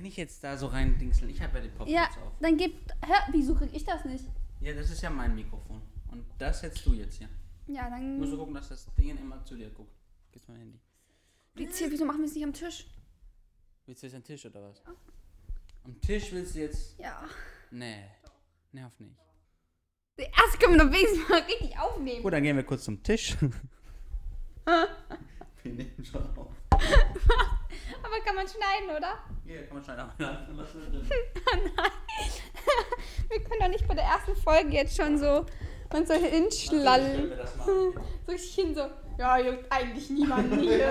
nicht jetzt da so rein dingseln. Ich habe ja den Popschutz Ja, auf. dann gib. Hör, wieso krieg ich das nicht? Ja, das ist ja mein Mikrofon. Und das hättest du jetzt hier. Ja, dann. Du musst so gucken, dass das Ding immer zu dir guckt. Gib's mein Handy. Jetzt hier, wieso machen wir es nicht am Tisch? Willst du jetzt einen Tisch oder was? Am Tisch willst du jetzt. Ja. Nee. Nee, auf nicht. Erst können wir doch wenigstens mal richtig aufnehmen. Gut, dann gehen wir kurz zum Tisch. wir nehmen schon auf. Aber kann man schneiden, oder? Ja, kann man schnell abladen. Lass mal drin. Wir können doch nicht bei der ersten Folge jetzt schon so uns so Natürlich können hinschlallen. wir das machen. So richtig hin so. Ja, juckt eigentlich niemanden hier.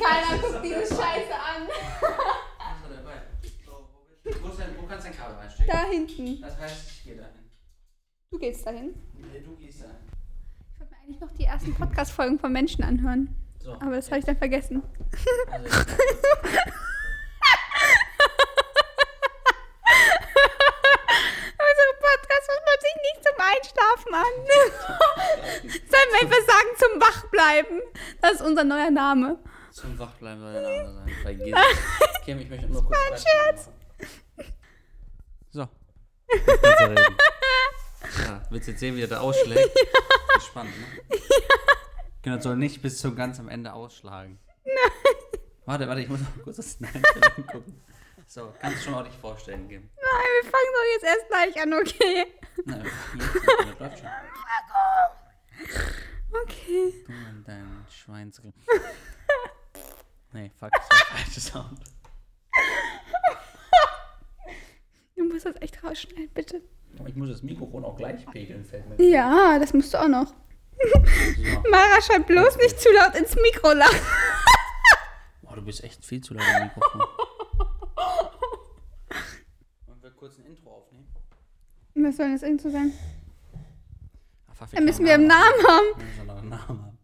Keiner guckt diese Scheiße an. Lass mal Also, dabei. So, wo willst du- wo ist dein- Wo kannst du dein Kabel reinstecken? Da hinten. Das heißt, ich gehe dahin. Du gehst dahin. Nee, du gehst dahin. Ich wollte mir eigentlich noch die ersten Podcast-Folgen von Menschen anhören. So. Aber das habe ich dann vergessen. Also, Unsere Podcasts hört sich nicht zum Einschlafen an. Sollen wir einfach sagen, zum Wachbleiben. Das ist unser neuer Name. Zum Wachbleiben soll der Name sein. Vergiss es. Kim, ich möchte nur kurz. Das war ein Scherz. So. Jetzt kannst du reden. Ja, willst jetzt sehen, wie er da ausschlägt? Ist spannend, ne? Genau, soll nicht bis zum ganz am Ende ausschlagen. Nein. Warte, warte, ich muss noch kurz das Nein gucken. So, kannst du schon ordentlich vorstellen, Kim. Nein, wir fangen doch jetzt erst gleich an, okay? Nein, das läuft schon. Okay. Du und dein Schweinsgrill. Nee, fuck, das war der falsche Sound. Du musst das echt rausschneiden, bitte. Ich muss das Mikrofon auch gleich pegeln, fällt mir. Ja, das musst du auch noch. Mara, schreib bloß nicht zu laut ins Mikro lachen. Boah, du bist echt viel zu laut am Mikrofon. Wollen wir kurz ein Intro aufnehmen? Was soll das irgend so sein? Ach, Ah, fuck, Dann müssen wir können einen auch Namen haben. Wir müssen auch noch einen Namen haben.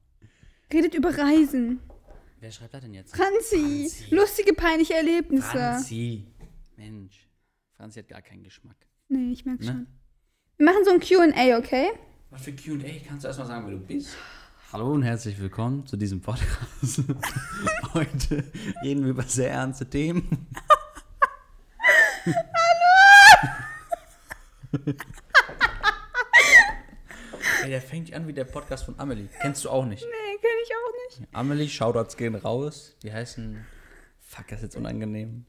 Redet über Reisen. Wer schreibt da denn jetzt? Franzi. Franzi. Lustige, peinliche Erlebnisse. Franzi. Mensch. Franzi hat gar keinen Geschmack. Nee, ich merke Ne? schon. Wir machen so ein QA, okay? Was für QA? Kannst du erstmal sagen, wer du bist? Hallo und herzlich willkommen zu diesem Podcast. Heute reden wir über sehr ernste Themen. Hallo! Ey, der fängt an wie der Podcast von Amelie. Kennst du auch nicht. Nee, kann ich auch nicht. Amelie, Shoutouts gehen raus. Die heißen. Fuck, das ist jetzt unangenehm.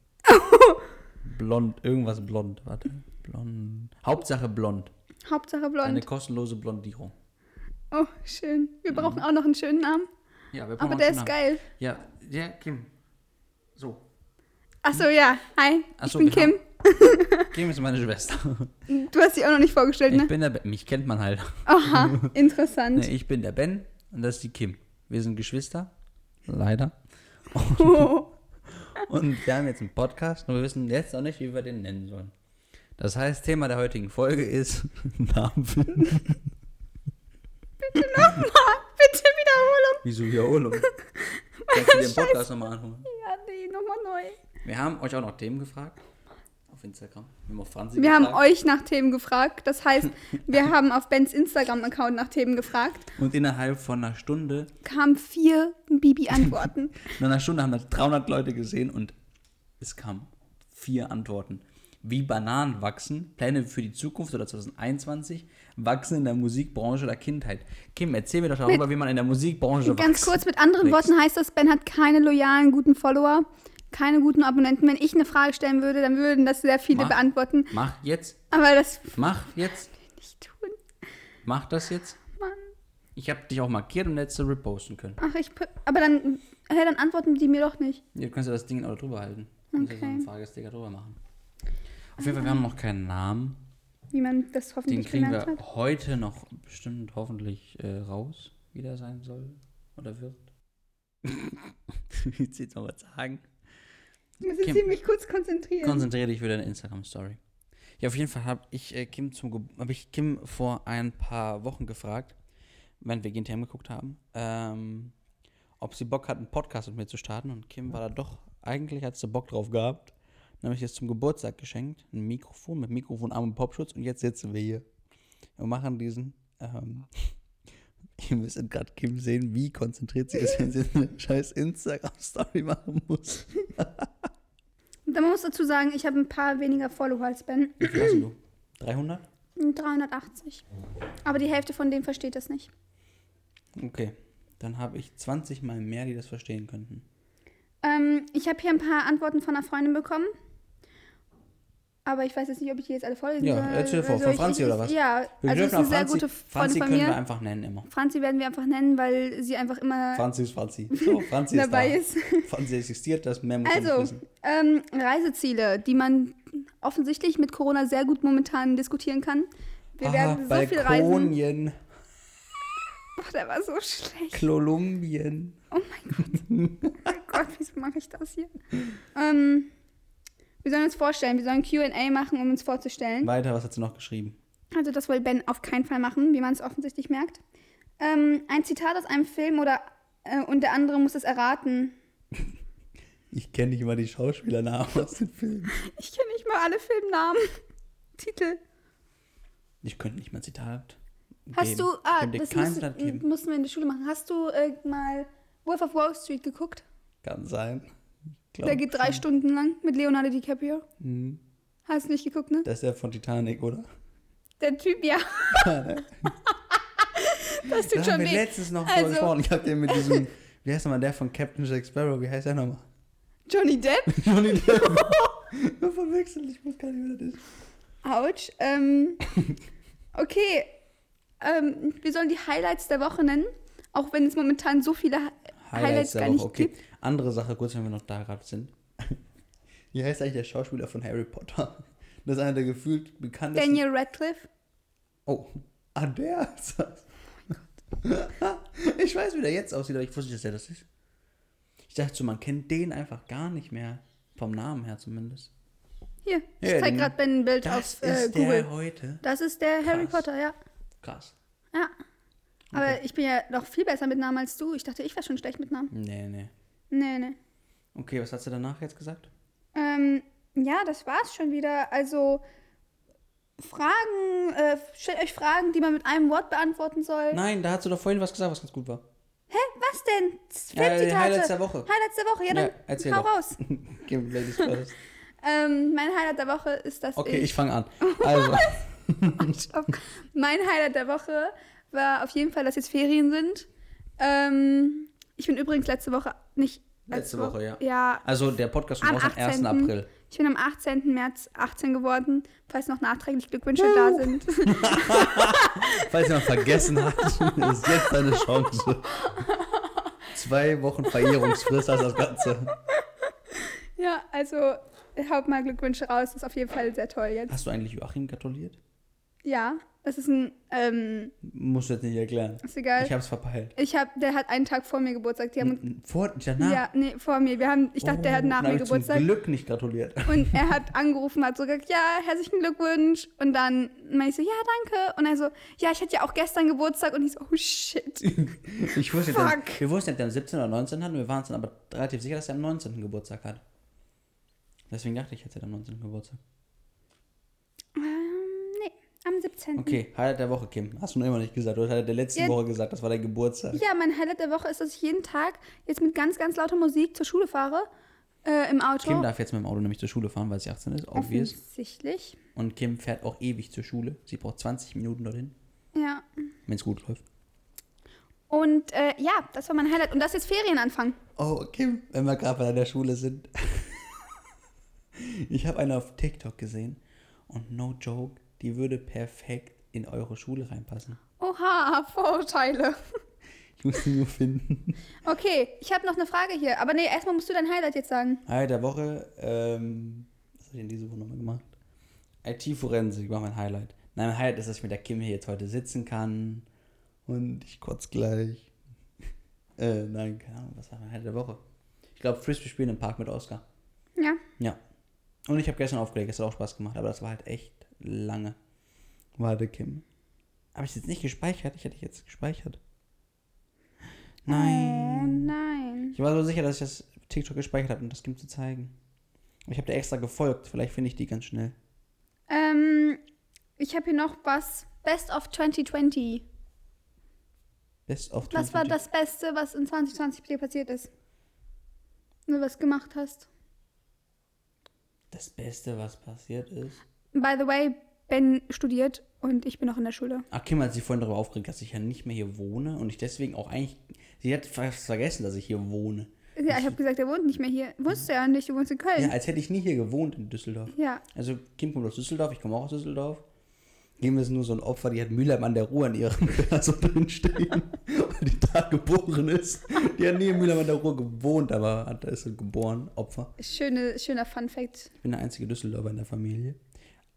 Blond, irgendwas blond. Warte. Blond. Hauptsache blond. Hauptsache Eine blond. kostenlose Blondierung. Oh, schön. Wir brauchen auch noch einen schönen Namen. Ja, wir brauchen Aber einen der schönen ist Namen. geil. Ja, ja, Kim. So. Achso, ja. Hi, Ach so, genau. ich bin wir Kim. Kim ist meine Schwester. Du hast dich auch noch nicht vorgestellt, Ich ne? bin der Ben. Mich kennt man halt. Oha, interessant. Nee, Ich bin der Ben und das ist die Kim. Wir sind Geschwister. Leider. Oh. Und wir haben jetzt einen Podcast und wir wissen jetzt noch nicht, wie wir den nennen sollen. Das heißt, Thema der heutigen Folge ist Namen finden. Bitte Wiederholung. Wieso Wiederholung? Kannst du dir den Podcast nochmal anhören? Ja, nee, nochmal neu. Wir haben euch auch noch Themen gefragt. Auf Instagram. Wir haben auch Franzi Wir haben gefragt. euch nach Themen gefragt. Das heißt, wir haben auf Bens Instagram-Account nach Themen gefragt. Und innerhalb von einer Stunde Kamen vier Bibi-Antworten. In einer Stunde haben das 300 Leute gesehen und es kamen vier Antworten. Wie Bananen wachsen, Pläne für die Zukunft oder 2021, wachsen in der Musikbranche der Kindheit. Kim, erzähl mir doch darüber, wie man in der Musikbranche Ganz wächst. kurz, mit anderen Wächst. Worten heißt das, Ben hat keine loyalen, guten Follower, keine guten Abonnenten. Wenn ich eine Frage stellen würde, dann würden das sehr viele Mach. beantworten. Mach jetzt, Aber das mach jetzt, nicht tun. mach das jetzt. Mann. Ich habe dich auch markiert um und hättest du reposten können. Ach, ich. pu- Aber dann. Hä, dann antworten die mir doch nicht. Ihr könnt ja das Ding auch drüber halten. Kannst okay. so Okay. einen Fragesticker drüber machen. Auf jeden Fall, wir haben noch keinen Namen. Wie man das Den hoffentlich kriegen gelernt wir hat. heute noch bestimmt hoffentlich äh, raus, wie der sein soll oder wird. Jetzt jetzt noch was sagen. Ich muss jetzt Kim- hier mich kurz konzentrieren. Konzentriere dich für deine Instagram-Story. Ja, auf jeden Fall habe ich, äh, Kim zum Ge- hab ich Kim vor ein paar Wochen gefragt, wenn wir Gen geguckt haben, ähm, ob sie Bock hat, einen Podcast mit mir zu starten. Und Kim war da doch, eigentlich hat sie Bock drauf gehabt. Dann habe ich jetzt zum Geburtstag geschenkt, ein Mikrofon mit Mikrofon, Arm und Popschutz. Und jetzt sitzen wir hier und machen diesen. Ähm, ihr müsst gerade Kim sehen, wie konzentriert sie ist, wenn sie eine scheiß Instagram-Story machen muss. Man muss dazu sagen, ich habe ein paar weniger Follower als Ben. Wie viel hast denn du? 300? 380. Aber die Hälfte von denen versteht das nicht. Okay. Dann habe ich 20 mal mehr, die das verstehen könnten. Ähm, ich habe hier ein paar Antworten von einer Freundin bekommen. Aber ich weiß jetzt nicht, ob ich die jetzt alle vorlesen Ja, soll. erzähl vor. Also Von ich- Franzi ich, oder was? Ja, Wir also dürfen ist auch eine sehr Franzi, gute Freundin Franzi von können wir mir. einfach nennen immer. Franzi werden wir einfach nennen, weil sie einfach immer Franzi ist Franzi. So, Franzi ist dabei da. ist. Franzi existiert, das mehr muss man nicht Also, wissen. ähm, Reiseziele, die man offensichtlich mit Corona sehr gut momentan diskutieren kann. Ah, Wir werden so viel reisen. Balkonien, Boah, der war so schlecht. Kolumbien. Oh mein Gott. oh Gott, wieso mache ich das hier? Ähm, wir sollen uns vorstellen, wir sollen QA machen, um uns vorzustellen. Weiter, was hat sie noch geschrieben? Also, das will Ben auf keinen Fall machen, wie man es offensichtlich merkt. Ähm, ein Zitat aus einem Film oder äh, und der andere muss es erraten. Ich kenne nicht mal die Schauspielernamen aus den Filmen. Ich kenne nicht mal alle Filmnamen. Titel. Ich könnte nicht mal ein Zitat. Hast geben. du, Ich ah, könnte dir das kein müssen, Zitat geben. mussten wir in der Schule machen. Hast du äh, mal Wolf of Wall Street geguckt? Kann sein. Ich glaub der geht drei schon. Stunden lang mit Leonardo DiCaprio. Mhm. Hast du nicht geguckt, ne? Das ist der von Titanic, oder? Der Typ, ja. das tut Da schon haben wir weh. letztens noch Also- also. gesprochen. Ich hab den mit diesem, wie heißt nochmal der von Captain Jack Sparrow, wie heißt der nochmal? Johnny Depp? Johnny Depp. Wir verwechseln, ich weiß gar nicht, wer das ist. Autsch. Ähm, okay. Ähm, wir sollen die Highlights der Woche nennen, auch wenn es momentan so viele Hi- Highlights der gar Woche, nicht gibt. Andere Sache, kurz, wenn wir noch da gerade sind. Wie heißt eigentlich der Schauspieler von Harry Potter? Das ist einer der gefühlt bekanntesten. Daniel Radcliffe. Oh, ah, der ist das. ich weiß, wie der jetzt aussieht, aber ich wusste nicht, dass der das ist. Ich dachte so, man kennt den einfach gar nicht mehr. Vom Namen her zumindest. Hier, ich Ja, zeig den- gerade Ben ein Bild Das auf äh, ist Google. der heute. Das ist der Harry Krass. Potter, ja. Krass. Ja. Aber ich bin ja noch viel besser mit Namen als du. Ich dachte, ich wäre schon schlecht mit Namen. Nee, nee. Nee, nee. Okay, was hast du danach jetzt gesagt? Ähm, ja, das war's schon wieder. Also, Fragen, äh, stellt euch Fragen, die man mit einem Wort beantworten soll. Nein, da hast du doch vorhin was gesagt, was ganz gut war. Was denn? Ja, die Filmzitate. Äh, Highlights der Woche. Highlights der Woche, ja, dann Ja, erzähl hau doch. raus. Give me ladies first. Ähm, mein Highlight der Woche ist, dass Okay, ich ich... fange an. Also, Stopp. mein Highlight der Woche war auf jeden Fall, dass jetzt Ferien sind. Ähm, ich bin übrigens letzte Woche nicht... Letzte Woche, ja. Ja, also der Podcast kommt Am raus am 1. 18.. April. Ich bin am 18. März 18 geworden, falls noch nachträglich Glückwünsche da sind. Falls jemand vergessen hat, ist jetzt deine Chance. Zwei Wochen Verjährungsfrist hast das Ganze. ja, also haut mal Glückwünsche raus, ist auf jeden Fall sehr toll jetzt. Hast du eigentlich Joachim gratuliert? Ja, das ist ein, ähm, Musst du jetzt nicht erklären. ist egal. Ich hab's verpeilt. Ich hab, der hat einen Tag vor mir Geburtstag. Die haben uns, Vor, danach? ja, nee, vor mir. Wir haben, ich dachte, der hat Oh, nach dann mir hab ich Geburtstag. Zum Glück nicht gratuliert. Und er hat angerufen, hat so gesagt, ja, herzlichen Glückwunsch. Und dann meinte ich so, ja, danke. Und er so, ja, ich hatte ja auch gestern Geburtstag. Und ich so, oh shit. Ich wusste, dann, Fuck. wir wussten, dass er am 17. oder 19. hat und wir waren uns dann aber relativ sicher, dass er am 19. Geburtstag hat. Deswegen dachte ich, jetzt hätte er am 19. Geburtstag. Ähm, nee, am 17. Okay, Highlight der Woche, Kim. Hast du noch immer nicht gesagt. Du hast Highlight der letzten Ja. Woche gesagt, das war dein Geburtstag. Ja, mein Highlight der Woche ist, dass ich jeden Tag jetzt mit ganz, ganz lauter Musik zur Schule fahre. Äh, Im Auto. Kim darf jetzt mit dem Auto nämlich zur Schule fahren, weil sie 18 ist, obvious. Offensichtlich. Und Kim fährt auch ewig zur Schule. Sie braucht 20 Minuten dorthin, Ja. wenn es gut läuft. Und äh, ja, das war mein Highlight. Und das ist Ferienanfang. Oh, Kim, wenn wir gerade bei der Schule sind. ich habe eine auf TikTok gesehen und no joke, die würde perfekt in eure Schule reinpassen. Oha, Vorurteile. Ich muss sie nur finden. Okay, ich habe noch eine Frage hier. Aber nee, erstmal musst du dein Highlight jetzt sagen. Highlight der Woche, ähm, was habe ich denn diese Woche nochmal gemacht? IT-Forensik war mein Highlight. Nein, mein Highlight ist, dass ich mit der Kim hier jetzt heute sitzen kann. Und ich kotz gleich. Äh, nein, keine Ahnung, was war mein Highlight der Woche? Ich glaube, Frisbee spielen im Park mit Oscar. Ja. Ja. Und ich habe gestern aufgelegt, es hat auch Spaß gemacht, aber das war halt echt lange. Warte, Kim. Habe ich jetzt nicht gespeichert? Ich hätte jetzt gespeichert. Oh Nein. nein. Ich war so sicher, dass ich das TikTok gespeichert habe, um das Kim zu zeigen. Ich habe dir extra gefolgt, vielleicht finde ich die ganz schnell. Ähm, ich habe hier noch was. Best of 2020. Best of Was war 2020. das Beste, was in 2020 dir passiert ist? Wenn du was gemacht hast? Das Beste, was passiert ist. By the way, Ben studiert und ich bin noch in der Schule. Ach, Kim hat sich vorhin darüber aufgeregt, dass ich ja nicht mehr hier wohne und ich deswegen auch eigentlich. Sie hat fast vergessen, dass ich hier wohne. Ja, ich habe gesagt, er wohnt nicht mehr hier. Wusstest du ja nicht, du wohnst in Ja, Köln. als hätte ich nie hier gewohnt in Düsseldorf. Ja. Also, Kim kommt aus Düsseldorf, ich komme auch aus Düsseldorf. Kim ist nur so ein Opfer, die hat Mülheim an der Ruhr in ihrem Keller so drinstehen, weil die da geboren ist. Die hat nie in Mülheim an der Ruhr gewohnt, aber hat, ist halt geboren, Opfer. Schöne, schöner Fun Fact. Ich bin der einzige Düsseldorfer in der Familie.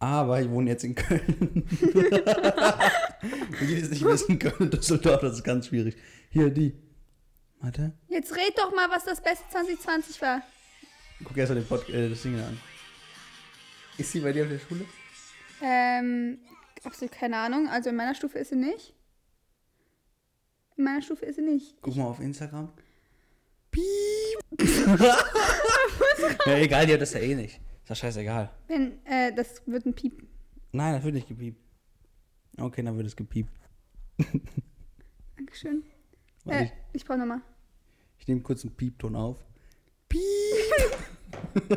Aber ich wohne jetzt in Köln. Für die, die es nicht wissen, Köln und Düsseldorf, das ist ganz schwierig. Hier, die. Warte. Jetzt red doch mal, was das beste 2020 war. Guck erst mal den Pod äh, das Ding an. Ist sie bei dir auf der Schule? Ähm, absolut keine Ahnung. Also in meiner Stufe ist sie nicht. In meiner Stufe ist sie nicht. Guck mal auf Instagram. Piep. ja, egal, die hat das ja eh nicht. Ist doch scheißegal. Wenn, äh, das wird ein Piep. Nein, das wird nicht gepiept. Okay, dann wird es gepiept. Dankeschön. Warte, Äh, ich brauche nochmal. Ich, ich nehme kurz einen Piepton auf. Piep.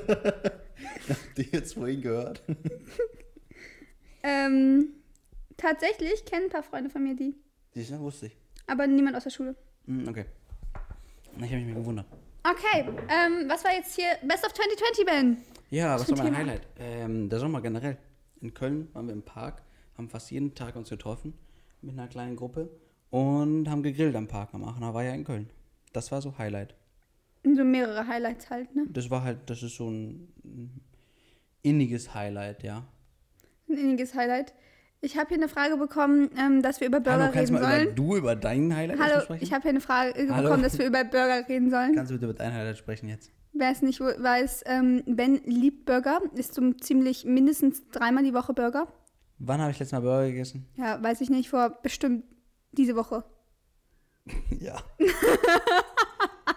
Habt ihr jetzt vorhin gehört? Ähm, tatsächlich kennen ein paar Freunde von mir die. Siehst du, wusste ich. Aber niemand aus der Schule. Hm, okay. Na, Ich habe mich mal gewundert. Okay, ähm, was war jetzt hier? Best of 2020, Ben. Ja, was für war ein mein Thema? Highlight? Ähm, der Sommer generell. In Köln waren wir im Park, haben fast jeden Tag uns getroffen mit einer kleinen Gruppe und haben gegrillt am Park. Am Aachener war ja in Köln. Das war so Highlight. So mehrere Highlights halt, ne? Das war halt, das ist so ein ein inniges Highlight, ja. Ein inniges Highlight. Ich habe hier eine Frage bekommen, ähm, dass wir über Burger Hallo, kannst du reden mal über, sollen. du über dein Highlight erstmal Hallo, sprechen? ich habe hier eine Frage äh, Hallo. bekommen, dass wir über Burger reden sollen. kannst du bitte über dein Highlight sprechen jetzt? Wer es nicht wo- weiß, ähm, Ben liebt Burger, isst so ziemlich mindestens dreimal die Woche Burger. Wann habe ich letztes Mal Burger gegessen? Ja, weiß ich nicht, vor bestimmt diese Woche. ja.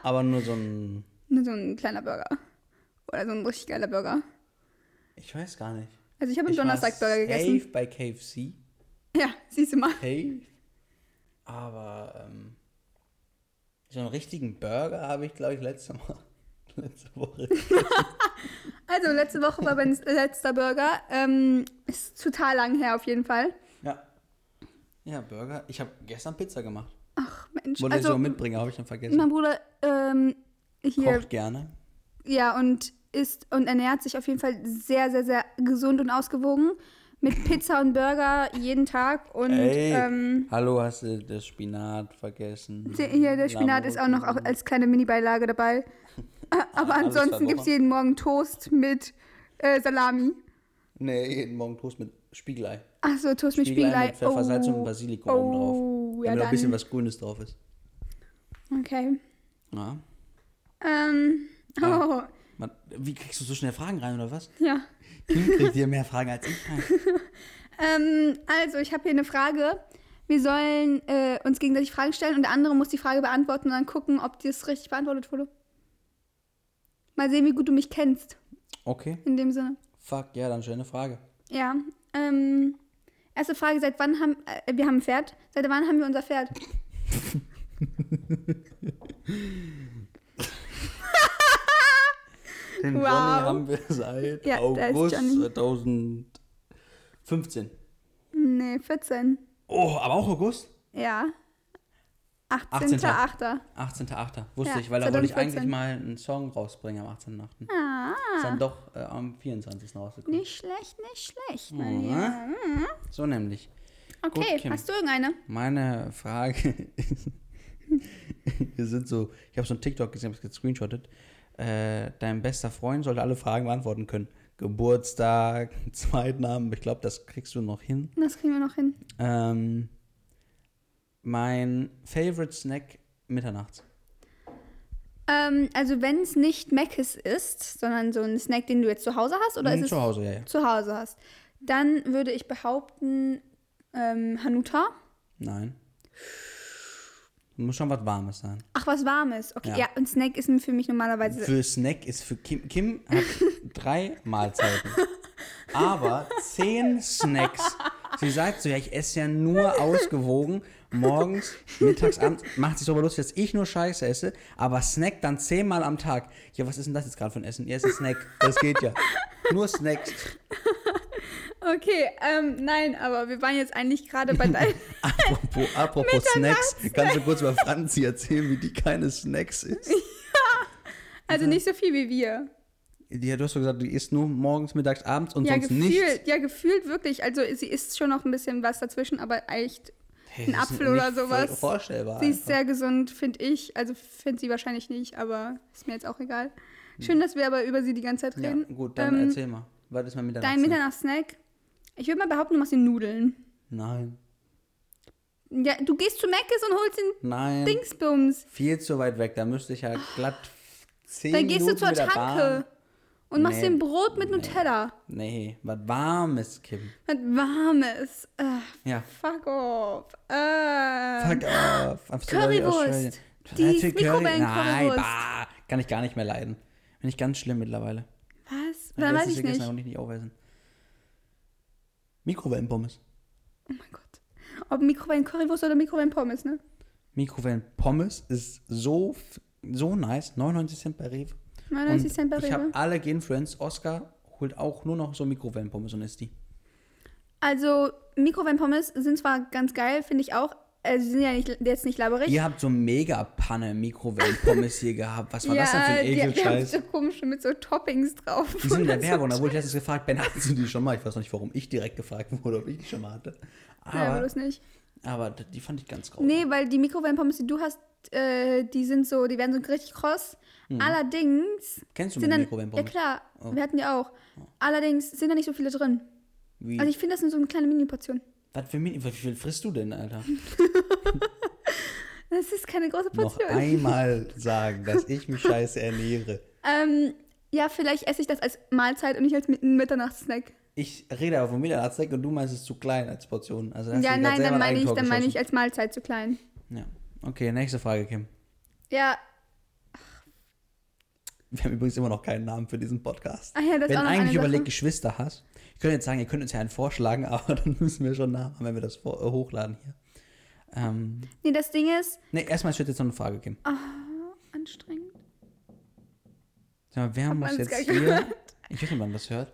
Aber nur so ein, Nur Ne, so ein kleiner Burger. Oder so ein richtig geiler Burger. ich weiß gar nicht. Also ich habe am Ich war Donnerstag Burger gegessen. Safe bei KFC. Ja, siehst du mal. Hey. Aber ähm, so einen richtigen Burger habe ich, glaube ich, letzte Mal. Letzte Woche. Also letzte Woche war Bens letzter Burger. Ähm, ist total lang her auf jeden Fall. ja. Ja, Burger. Ich habe gestern Pizza gemacht. Ach Mensch, Wollte ich also so mitbringen, habe ich dann vergessen. mein Bruder ähm, hier, Hm. Kocht gerne. ja, und isst und ernährt sich auf jeden Fall sehr, sehr, sehr gesund und ausgewogen. Mit Pizza und Burger jeden Tag und Ey. ähm, Hallo, hast du das Spinat vergessen? Der- Hier, der Spinat ist auch noch auch als kleine Mini-Beilage dabei. Äh, Aber Alles ansonsten gibt es verworren. jeden Morgen Toast mit äh, Salami. Nee, jeden Morgen Toast mit Spiegelei. Achso, Toast mit Spiegelei Spiegelei. mit Pfeffer, Salz und Basilikum oben oh, drauf. ja damit noch ein bisschen dann. was Grünes drauf ist. Okay. Ja. Ähm, oh, Ja. Man, wie kriegst du so schnell Fragen rein, oder was? ja. Kim kriegt dir mehr Fragen als ich rein. Ähm, also, ich habe hier eine Frage. Wir sollen äh, uns gegenseitig Fragen stellen und der andere muss die Frage beantworten und dann gucken, ob das richtig beantwortet wurde. Mal sehen, wie gut du mich kennst, Okay. in dem Sinne. Fuck, ja, dann schöne Frage. Ja. Ähm, erste Frage, seit wann haben äh, wir haben ein Pferd? Seit wann haben wir unser Pferd? Den Wow. Johnny haben wir seit Ja, da ist August Johnny. 2015. Nee, 14. Oh, aber auch August? Ja. 18.. 18.8. 18.8. Wusste Ja, ich, weil da wollte ich 2014. eigentlich mal einen Song rausbringen am 18.8. Ist Ah, dann doch äh, am 24. rausgekommen. nicht schlecht, nicht schlecht. Mhm. Maria. So nämlich. Okay, Gut, Kim. hast du irgendeine? Meine Frage ist, wir sind so, ich habe so einen TikTok gesehen, habe es gescreenshottet. Äh, dein bester Freund sollte alle Fragen beantworten können. Geburtstag, Zweitnamen, ich glaube, das kriegst du noch hin. Das kriegen wir noch hin. Ähm, mein favorite Snack mitternachts. Ähm, also, wenn es nicht Mc's ist, sondern so ein Snack, den du jetzt zu Hause hast, oder Hm, ist es zu Hause, ja, ja. zu Hause hast, dann würde ich behaupten, ähm, Hanuta. Nein. Muss schon was Warmes sein. Ach, was Warmes. Okay, ja, Ja. und Snack ist für mich normalerweise. Für Snack ist für Kim. Kim hat drei Mahlzeiten. Aber zehn Snacks. Sie sagt so, ja, ich esse ja nur ausgewogen. Morgens, mittags, abends. Macht sich darüber lustig, dass ich nur Scheiße esse. Aber Snack dann zehnmal am Tag. Ja, was ist denn das jetzt gerade für ein Essen? Ja, ist ein Snack. Das geht ja. Nur Snacks. Okay, ähm, nein, aber wir waren jetzt eigentlich gerade bei deinem. Apropos, apropos Snacks. Kannst du kurz mal Franzi erzählen, wie die keine Snacks isst? Also nicht so viel wie wir. Ja, du hast doch gesagt, die isst nur morgens, mittags, abends und Ja, sonst gefühlt, nichts. ja, gefühlt wirklich. Also sie isst schon noch ein bisschen was dazwischen, aber echt, Hey, Ein das ist Apfel oder nicht sowas. voll Vorstellbar. sie ist einfach. sehr gesund, finde ich. Also finde sie wahrscheinlich nicht, aber ist mir jetzt auch egal. Schön, dass wir aber über sie die ganze Zeit Hm. ja, reden. gut, dann Ähm, erzähl mal. Was ist mein Mitternacht? Dein Mitternachtssnack. Ich würde mal behaupten, du machst die Nudeln. Nein. Ja, du gehst zu Meckes und holst den Nein. Dingsbums. Viel zu weit weg. Da müsste ich ja glatt zehn Ah. Dann gehst du Minuten zur mit der Bahn- Tanke und machst Nee. dir ein Brot mit Nutella. Nee, was warmes, Kim. Was warmes. Äh, Ja. fuck off. Äh, Fuck off. I'm still Currywurst. very Australian. Die Natürlich Curry. Nein, Mikrowellen-Currywurst. bah, kann ich gar nicht mehr leiden. Bin ich ganz schlimm mittlerweile. Was? Hab Dann weiß letztens ich gegessen, nicht. aber konnte ich nicht aufweisen. Mikrowellenpommes. Oh mein Gott. Ob Mikrowellen Currywurst oder Mikrowellen Pommes, ne? Mikrowellenpommes ist so, f- so nice. 99 Cent bei Rewe. 99 Und Cent bei Ich habe Rewe. alle geinfluenced. Oscar holt auch nur noch so Mikrowellenpommes und isst die. Also, Mikrowellen Pommes sind zwar ganz geil, finde ich auch. Also, sie sind ja nicht, jetzt nicht labberig. Ihr habt so mega Panne Mikrowellenpommes hier gehabt. Was war das denn für ein die- die haben Ekelscheiß? so komische mit so Toppings drauf. Die sind in der Und Werbung. Da wurde ich letztens gefragt, Ben, hast du die schon mal? Ich weiß noch nicht, warum ich direkt gefragt wurde, ob ich die schon mal hatte. so- Nein, aber Aber, das nicht. aber d- die fand ich ganz grau. Nee, weil die Mikrowellenpommes, die du hast, äh, die sind so, die werden so richtig kross. Allerdings Kennst du sind dann, ja Hm. Mikrowellenpommes? Oh. klar, wir hatten die auch. Allerdings sind da nicht so viele drin. Wie, Also ich finde, das sind so eine kleine Mini-Portion. was für Mini, wie viel frisst du denn, Alter? Das ist keine große Noch Portion. einmal sagen, dass ich mich scheiße ernähre. Ähm, ja, vielleicht esse ich das als Mahlzeit und nicht als Mi- Mitternachtssnack. Ich rede aber vom Mitternachtssnack und du meinst es ist zu klein als Portion. Also da hast Ja, du dir grad nein, selber dann ein meine ich, Eigentor dann meine ich geschossen. als Mahlzeit zu klein. Ja. Okay, nächste Frage, Kim. Ja, Wir haben übrigens immer noch keinen Namen für diesen Podcast. ach ja, Ah, das ist wenn auch noch eine eigentlich überlegt Sache. Geschwister hast, ich könnte jetzt sagen, ihr könnt uns ja einen vorschlagen, aber dann müssen wir schon nachher, wenn wir das vor, äh, hochladen hier. Ähm, Nee, das Ding ist ne, erstmal steht jetzt noch eine Frage, Kim. Ah, anstrengend. Sag mal, wer muss man jetzt das gar nicht hier. Ich weiß nicht, wann das hört.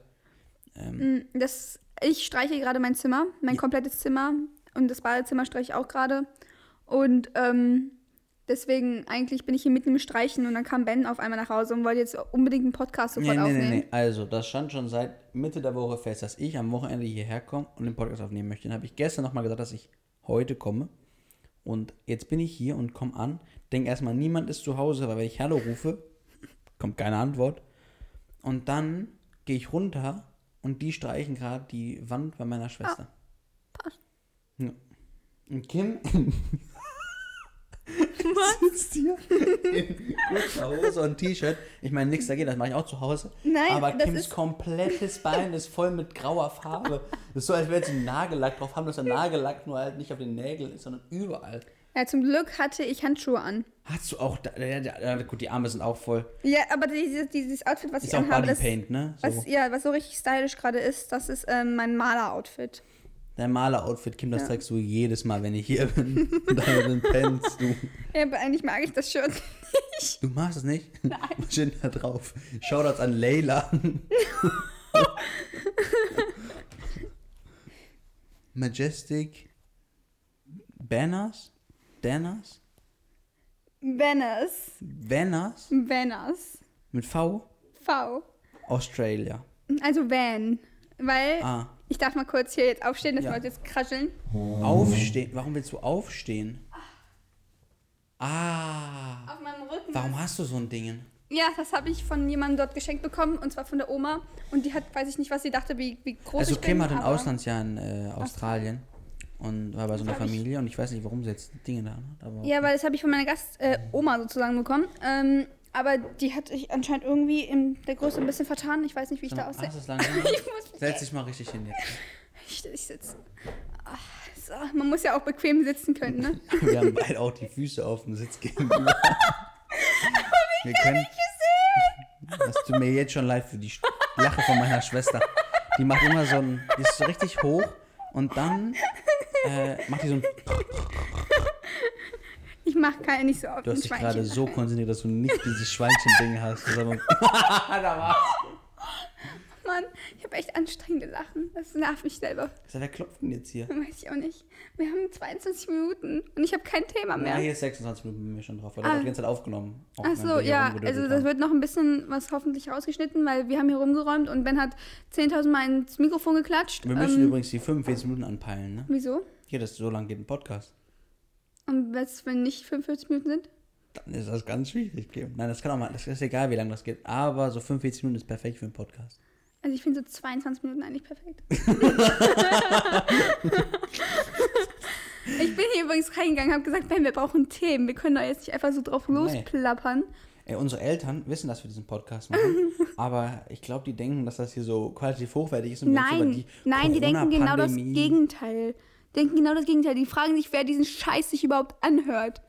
Ähm, Mm, Das, ich streiche gerade mein Zimmer, mein komplettes Zimmer und das Badezimmer streiche ich auch gerade. Und ähm, deswegen, eigentlich bin ich hier mitten im Streichen und dann kam Ben auf einmal nach Hause und wollte jetzt unbedingt einen Podcast nee, sofort nee, nee, aufnehmen. nee. Also, das stand schon seit Mitte der Woche fest, dass ich am Wochenende hierher komme und den Podcast aufnehmen möchte. Dann habe ich gestern nochmal gesagt, dass ich heute komme. Und jetzt bin ich hier und komme an. Denke erstmal, niemand ist zu Hause, weil wenn ich Hallo rufe, kommt keine Antwort. Und dann gehe ich runter und die streichen gerade die Wand bei meiner Schwester. Ah. Ja. Und Kim sitzt hier in kurzer Hose und T-Shirt. Ich meine, nichts dagegen, das mache ich auch zu Hause. Nein, Aber das Kims ist- komplettes Bein ist voll mit grauer Farbe. Das ist so, als wäre sie einen Nagellack drauf haben, dass der Nagellack nur halt nicht auf den Nägeln ist, sondern überall. Ja, zum Glück hatte ich Handschuhe an. Hast du auch. Da, ja, ja, ja, gut, die Arme sind auch voll. Ja, aber dieses, dieses Outfit, was Ist ich auch anhabe, Bodypaint, das, Paint, ne? So. was, ja, was so richtig stylisch gerade ist, das ist ähm, mein Maler-Outfit. Dein Maler-Outfit, Kim, das trägst du jedes Mal, wenn ich hier bin. Deinen pennst du. Ja, aber eigentlich mag ich das Shirt. Du machst es nicht? Nein. Was steht da drauf? Shoutouts an Leila. Majestic Banners? Danners? Venice. Vanners? Venice. Mit V? V. Australia. Also Van. Weil Ah. ich darf mal kurz hier jetzt aufstehen, dass Ja. wir uns jetzt krascheln. Aufstehen. Warum willst du aufstehen? Ah. Auf meinem Rücken. Warum hast du so ein Ding? Ja, das habe ich von jemandem dort geschenkt bekommen und zwar von der Oma. Und die hat, weiß ich nicht, was sie dachte, wie, wie groß Also Oh, ich bin. Kim hat ein aber- Auslandsjahr in äh, Australien und war bei so einer hab ich- Familie und ich weiß nicht, warum sie jetzt Dinge da anhat, aber Ja, weil das habe ich von meiner Gast-Oma äh, Oma sozusagen bekommen. Ähm, aber die hat ich anscheinend irgendwie in der Größe ein bisschen vertan. Ich weiß nicht, wie ich Sag mal, da aussehe. hast du es lange gemacht? ich muss Setz dich mal richtig hin jetzt. Ich, ich sitze. Ach, so. Man muss ja auch bequem sitzen können, ne? Wir haben beide auch die Füße auf dem Sitz gegenüber. Wir können Das tut mir jetzt schon leid für die Sch- Lache von meiner Schwester. Die macht immer so ein, die ist so richtig hoch und dann äh, macht die so ein, Ich mache keine nicht so oft. du ein hast dich Schweinchen. gerade so konzentriert, dass du nicht dieses Schweinchen-Ding hast. Das ist aber- Mann, habe echt anstrengende Sachen. Das nervt mich selber. Sag, wer klopft denn jetzt hier? Weiß ich auch nicht. Wir haben 22 Minuten und ich habe kein Thema Ja, mehr. hier ist 26 Minuten bei mir schon drauf, weil Ah. ah. das die ganze Zeit aufgenommen. Auch Ach wenn wir so, hier ja. rumgedödelt Also das haben. wird noch ein bisschen was hoffentlich rausgeschnitten, weil wir haben hier rumgeräumt und Ben hat 10.000 Mal ins Mikrofon geklatscht. Ähm, Wir müssen übrigens die 45 Minuten anpeilen, ne? Wieso? Hier, das so lang geht ein Podcast. Und was, wenn nicht 45 Minuten sind? Dann ist das ganz schwierig. Kim. Nein, das kann auch mal, das ist egal, wie lange das geht. Aber so 45 Minuten ist perfekt für einen Podcast. Also ich finde so 22 Minuten eigentlich perfekt. ich bin hier übrigens reingegangen, habe gesagt, Ben, wir brauchen Themen. Wir können da jetzt nicht einfach so drauf losplappern. Ey, unsere Eltern wissen, dass wir diesen Podcast machen, aber ich glaube, die denken, dass das hier so qualitativ hochwertig ist. Und wir uns Nein, über nein, die denken genau das Corona-Pandemie- Gegenteil. Denken genau das Gegenteil. Die fragen sich, wer diesen Scheiß sich überhaupt anhört.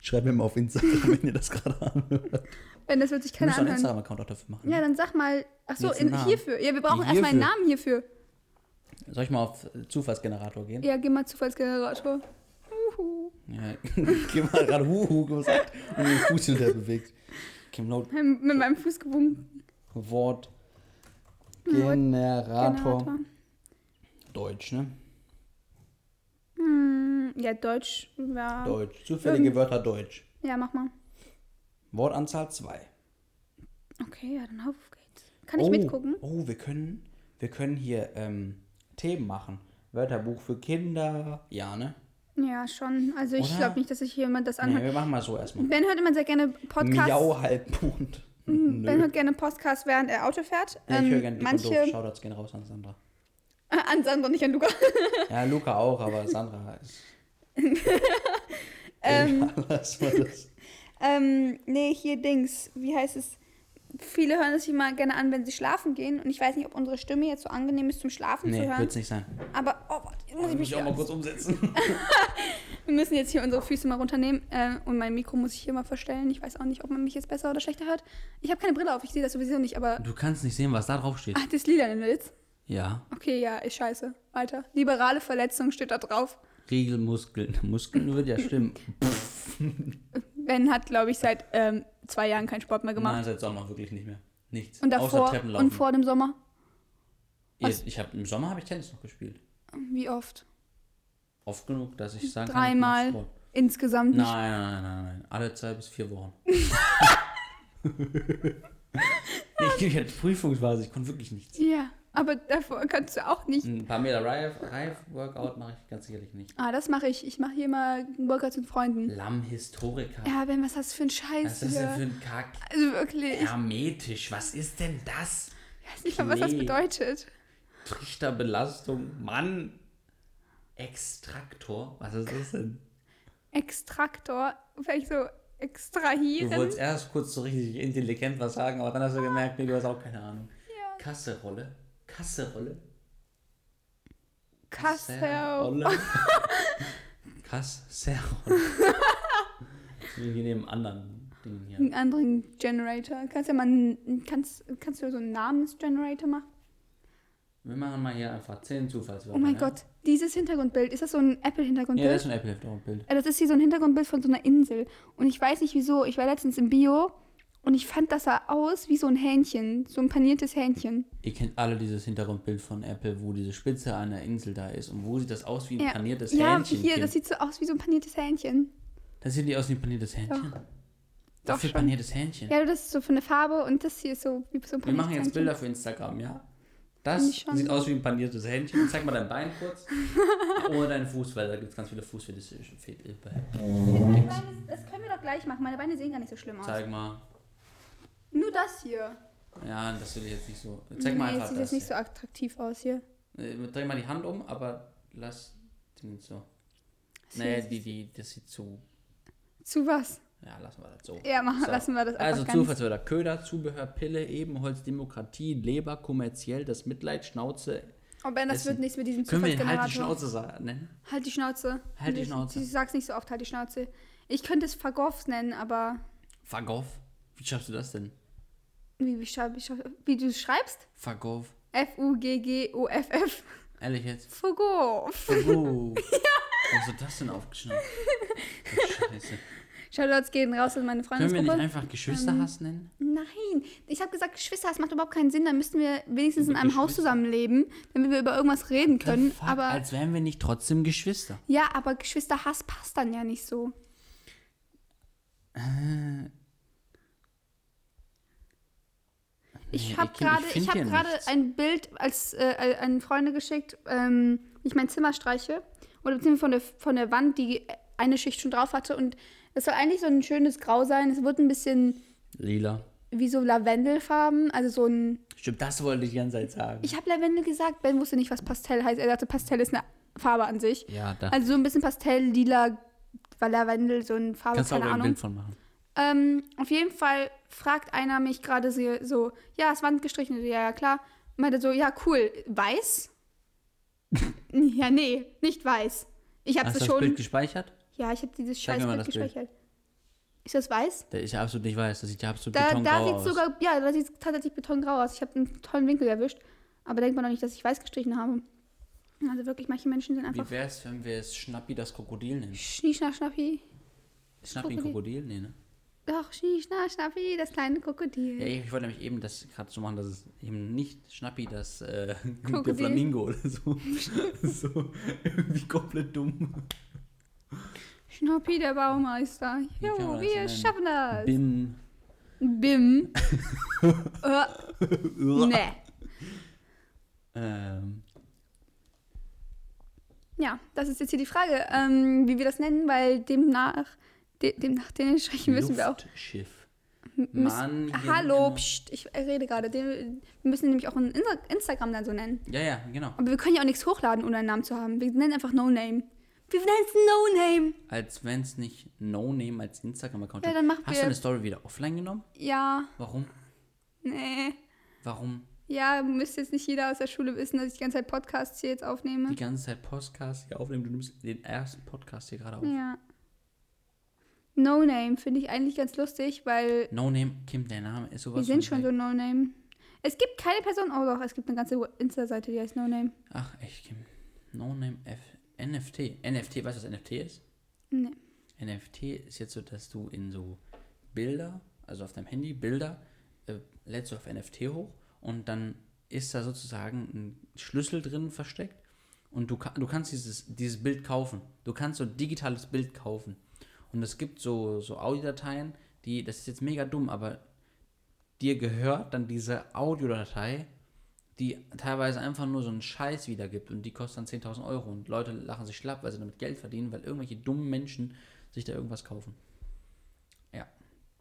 Schreibt mir mal auf Instagram, wenn ihr das gerade anhört. Ben, das wird sich Wir keiner müssen einen anhören. Instagram-Account auch dafür machen. Ja, dann sag mal, ach so, Jetzt einen in, Namen. hierfür. Ja, wir brauchen erstmal einen Hierfür. Namen hierfür. Soll ich mal auf Zufallsgenerator gehen? Ja, geh mal Zufallsgenerator. Uhu. Ja. Kim hat gerade Huhu gesagt und den Fuß hinterher bewegt. Kim Laut, Mit meinem Fuß gewunken. Wort, Wort- Generator. Generator. Deutsch, ne? Hm, ja, Deutsch war. Deutsch. Ähm. Zufällige Wörter Deutsch. Ja, mach mal. Wortanzahl 2. Okay, ja, dann auf geht's. Kann ich mitgucken? Oh, wir können, wir können hier ähm, Themen machen. Wörterbuch für Kinder. Ja, ne? Ja, schon. Also ich Oder? glaube nicht, dass sich jemand das Nee, anhört. wir machen mal so erstmal. Ben hört immer sehr gerne Podcasts. Miau Halbmond. Ben Nö. hört gerne Podcasts, während er Auto fährt. Ja, ich höre Hm, gerne Ähm, dick und doof. manche Shoutouts gehen raus an Sandra. an Sandra, nicht an Luca. Ja, Luca auch, aber Sandra ist. Ja, lass mal das. Ähm, nee, hier Dings. Wie heißt es? Viele hören das immer gerne an, wenn sie schlafen gehen. Und ich weiß nicht, ob unsere Stimme jetzt so angenehm ist zum Schlafen Nee, zu hören. wird's nicht sein. Aber oh, warte, jetzt muss Muss ich mich ich auch mal hier, kurz umsetzen. wir müssen jetzt hier unsere Füße mal runternehmen. Äh, und mein Mikro muss ich hier mal verstellen. Ich weiß auch nicht, ob man mich jetzt besser oder schlechter hört. Ich habe keine Brille auf, ich sehe das sowieso nicht. Aber Du kannst nicht sehen, was da drauf steht. ah, das Lila in Litz. Ja, Okay, ja, ist scheiße. Alter. Liberale Verletzung steht da drauf. Regelmuskeln. Muskeln wird ja stimmen. Ben hat, glaube ich, seit ähm, zwei Jahren keinen Sport mehr gemacht. Nein, seit Sommer wirklich nicht mehr. Nichts. und Außer davor Treppenlaufen. und vor dem Sommer. ich, ich hab, Im Sommer habe ich Tennis noch gespielt. Wie oft? Oft genug, dass ich sagen Dreimal. kann, ich mach Sport. Insgesamt nicht. Nein, nein, nein, nein. Alle zwei bis vier Wochen. ich gebe jetzt Prüfungsphase, ich konnte wirklich nichts. Ja, aber davor kannst du auch nicht. Ein paar Meter Reif-Workout mache ich ganz sicherlich nicht. Ah, das mache ich. Ich mache hier mal Workouts mit Freunden. Lamm Historiker. Ja, Ben, was hast du für einen Scheiß Was ist das denn für hier? ein Kack? Also wirklich, ich Hermetisch, was ist denn das? weiß nicht mal, was das Nee. bedeutet. Trichterbelastung, Mann. Extraktor, was ist das denn? Extraktor, vielleicht so Du extrahieren. wolltest erst kurz so richtig intelligent was sagen, aber dann hast du gemerkt, nee, du hast auch keine Ahnung. Kasserolle. Kasserolle. Kassel. Kasserolle. Wie wir neben anderen Dingen hier. Einen anderen Generator. Kannst ja mal einen, kannst, kannst du so einen Namensgenerator machen? Wir machen mal hier einfach 10 Zufallswörter. Oh mein ja? Gott, dieses Hintergrundbild, ist das so ein Ja, das Apple-Hintergrundbild? ist ein Apple-Bild. Äh, das ist hier so ein Hintergrundbild von so einer Insel. Und ich weiß nicht wieso, ich war letztens im Bio und ich fand, das sah aus wie so ein Hähnchen, so ein paniertes Hähnchen. Ihr kennt alle dieses Hintergrundbild von Apple, wo diese Spitze einer Insel da ist. Und wo sieht das aus wie ein Ja. paniertes ja, Hähnchen? hier, Kind? das sieht so aus wie so ein paniertes Hähnchen. Das sieht nicht aus wie ein paniertes Hähnchen. Doch, Doch für schon. paniertes Hähnchen. Ja, das ist so von der Farbe und das hier ist so wie so ein paniertes Wir machen jetzt Hähnchen. Bilder für Instagram, ja? Das Finde ich schon. sieht aus wie ein paniertes Hähnchen. Zeig mal dein Bein kurz. Ohne deinen Fuß, weil da gibt es ganz viele äh, Fußfetische. Meine Beine- Das können wir doch gleich machen, meine Beine sehen gar nicht so schlimm aus. Zeig mal. Nur das hier. Ja, das will ich jetzt nicht so. Zeig mal nee, einfach sieht das. jetzt nicht hier. so attraktiv aus hier. Äh, Dreh mal die Hand um, aber lass den jetzt so. Das Nee, sieht- die, die, das sieht zu. Zu was? Ja, lassen wir das so. Ja, machen, So. lassen wir das einfach Also ganz. Zufallswörter. Köder, Zubehör, Pille, Ebenholz, Demokratie, Leber, kommerziell, das Mitleid, Schnauze. Oh Ben, das Essen. wird nichts mit diesem Können wir den Halt die Zufallsgenerator. Schnauze sa- nennen? Halt die Schnauze. Halt die Ich- Schnauze. Ich sag's nicht so oft, halt die Schnauze. Ich könnte es Fagoffs nennen, aber Fuck off. Wie schaffst du das denn? wie, wie, schreib, wie, schreib, wie du es schreibst? Fuck off. F-U-G-G-O-F-F. Ehrlich jetzt? Fagoff. Oh. Wo hast du das denn aufgeschnappt? Oh, Scheiße. Shoutouts gehen raus in meine Können wir nicht Freundesgruppe. einfach Ähm, Geschwisterhass nennen? Nein, ich habe gesagt, Geschwister, das macht überhaupt keinen Sinn. Dann müssten wir wenigstens in einem Haus zusammenleben, damit wir über irgendwas reden können. The fuck, Aber als wären wir nicht trotzdem Geschwister. ja, aber Geschwisterhass passt dann ja nicht so. Nee, Ich habe ich- ich gerade, find ich habe hier gerade nichts. ein Bild als äh, an Freunde geschickt, ähm, wie ich mein Zimmer streiche oder beziehungsweise von der von der Wand, die eine Schicht schon drauf hatte und es soll eigentlich so ein schönes Grau sein. Es wird ein bisschen Lila. wie so Lavendelfarben, also so ein. Stimmt, das wollte ich die ganze Zeit sagen. Ich habe Lavendel gesagt, Ben wusste nicht, was Pastell heißt. Er dachte, Pastell ist eine Farbe an sich. ja, da Also so ein bisschen Pastell, lila, weil Lavendel so eine Farbe, kannst du auch keine ein Ahnung. Bild von machen. Ähm, auf jeden Fall fragt einer mich gerade so, so, ja, ist Wand gestrichen. Ich so, Ja, ja, klar. Meinte so, ja, cool, weiß? ja, nee, nicht weiß. Ich hab's Hast du das schon. Bild gespeichert? ja, ich hab dieses Zeig scheiß mir mal Bild das Bild. gespeichert. Ist das weiß? Der ist ja absolut nicht weiß. Das sieht ja absolut Da, da betongrau sieht's aus. sogar, ja, da sieht's tatsächlich betongrau aus. Ich habe einen tollen Winkel erwischt. Aber denkt man doch nicht, dass ich weiß gestrichen habe. Also wirklich, manche Menschen sind einfach Wie wär's, wenn wir es Schnappi das Krokodil nennen? Schnieschnaschnappi. Schnappi ein Krokodil? Nee, ne? Doch, Schnieschnaschnappi, das kleine Krokodil. Ja, ich wollte nämlich eben das gerade so machen, dass es eben nicht Schnappi das äh, der Krokodil. Flamingo oder so. so irgendwie komplett dumm. Schnappi, der Baumeister. kann man Jo, das wir nennen? schaffen das. Bim. Bim. äh, ne. nee. Ähm, Ja, das ist jetzt hier die Frage, ähm, wie wir das nennen, weil demnach, de, demnach den sprechen müssen wir auch. Luftschiff. müssen- Mann. hier sind Hallo, immer- pst, ich rede gerade. Den- Wir müssen nämlich auch ein Insta Instagram dann so nennen. Ja, ja, genau. Aber wir können ja auch nichts hochladen, ohne einen Namen zu haben. Wir nennen einfach No Name. Wir nennen es No Name. Als wenn es nicht No Name als Instagram-Account Ja, hat. dann machen Hast wir- du eine Story wieder offline genommen? Ja, Warum? nee. Warum Ja, müsste jetzt nicht jeder aus der Schule wissen, dass ich die ganze Zeit Podcasts hier jetzt aufnehme. die ganze Zeit Podcasts hier aufnehmen? Du nimmst den ersten Podcast hier gerade auf. Ja. No Name finde ich eigentlich ganz lustig, weil No Name, Kim, der Name ist sowas. wir sind schon von so No Name. Es gibt keine Person, oh doch, es gibt eine ganze Insta-Seite, die heißt No Name. Ach, echt, Kim. No Name F NFT. NFT, weißt du, was NFT ist? Nee. NFT ist jetzt so, dass du in so Bilder, also auf deinem Handy Bilder, äh, lädst du auf NFT hoch und dann ist da sozusagen ein Schlüssel drin versteckt und du, ka- du kannst dieses, dieses Bild kaufen. Du kannst so ein digitales Bild kaufen. Und es gibt so, so Audiodateien, die, das ist jetzt mega dumm, aber dir gehört dann diese Audiodatei, die teilweise einfach nur so einen Scheiß wiedergibt und die kostet dann 10.000 Euro und Leute lachen sich schlapp, weil sie damit Geld verdienen, weil irgendwelche dummen Menschen sich da irgendwas kaufen.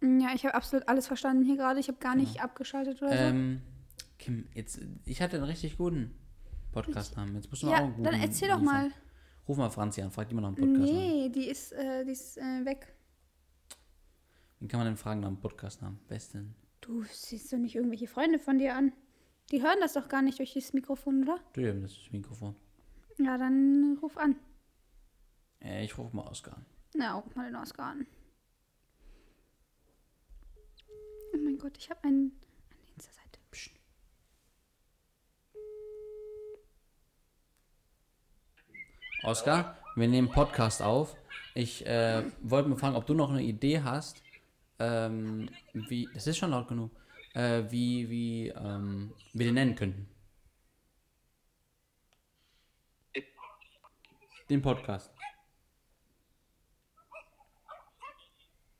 Ja, ich habe absolut alles verstanden hier gerade. Ich habe gar nicht abgeschaltet oder Ähm, Kim, jetzt, ich hatte einen richtig guten Podcast-Namen. Jetzt musst so. du Ja, auch einen guten dann erzähl doch liefern. mal. Ruf mal Franzi an, frag die mal nach einem Podcast-Namen. Nee, die ist, äh, die ist äh, weg. Wen kann man denn fragen nach einem Podcast-Namen? Besten. Du siehst doch nicht irgendwelche Freunde von dir an. Die hören das doch gar nicht durch dieses Mikrofon, oder? Du, ja, das ist das Mikrofon. Ja, dann ruf an. Äh, ich rufe mal Oskar an. Na, ruf mal den Oscar an. Oh mein Gott, ich habe einen an die Insta-Seite. Psst. Oskar, wir nehmen Podcast auf. Ich äh, wollte mal fragen, ob du noch eine Idee hast, ähm, wie, das ist schon laut genug, äh, wie, wie ähm, wir den nennen könnten. Den Podcast.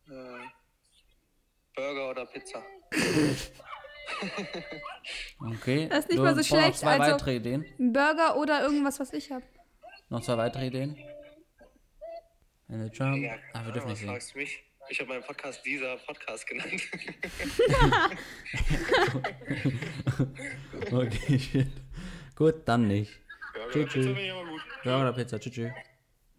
Äh, Burger oder Ah, Pizza? Okay. Das ist nicht wir mal so brauchen noch schlecht, Zwei also- weitere Ideen. Ein Burger oder irgendwas, was ich habe. Noch zwei weitere Ideen. Eine Drum. Ah, wir dürfen nicht was singen. fragst du mich? Ich habe meinen Podcast dieser Podcast genannt. Okay, shit. Gut, dann nicht. Burger Tschüss, tschüss. ich aber gut. Burger oder Pizza, tschüss, tschüss.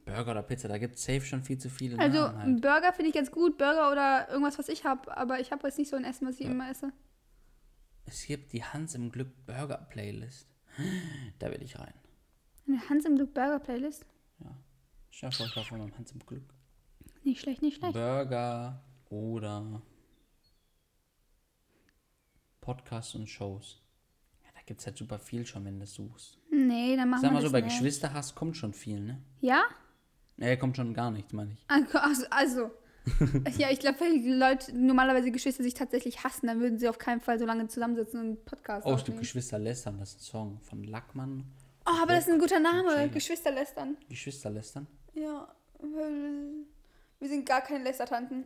Burger oder Pizza, da gibt es safe schon viel zu viele Also, Namen halt. ein Burger finde ich ganz gut. Burger oder irgendwas, was ich habe. Aber ich habe jetzt nicht so ein Essen, was ich immer esse. Es gibt die Hans im Glück Burger Playlist. Da will ich rein. Eine Hans im Glück Burger Playlist? Stell dir vor, ich war von meinem Hans im Glück. Nicht schlecht, nicht schlecht. Burger oder Podcasts und Shows. Ja, da gibt es halt super viel schon, wenn du das suchst. Nee, dann machen Sag wir mal so, das bei nicht. Geschwisterhass kommt schon viel, ne? Ja? Nee, kommt schon gar nichts, meine ich. Also, also, Ja, ich glaube, weil die Leute normalerweise Geschwister sich tatsächlich hassen, dann würden sie auf keinen Fall so lange zusammensitzen und einen Podcast Oh, stimmt, aufnehmen. Geschwister lästern, das ist ein Song von Lackmann. Oh, aber das ist ein guter Name. Jane. Geschwisterlästern. Geschwister lästern? Ja, weil wir sind gar keine Lästertanten.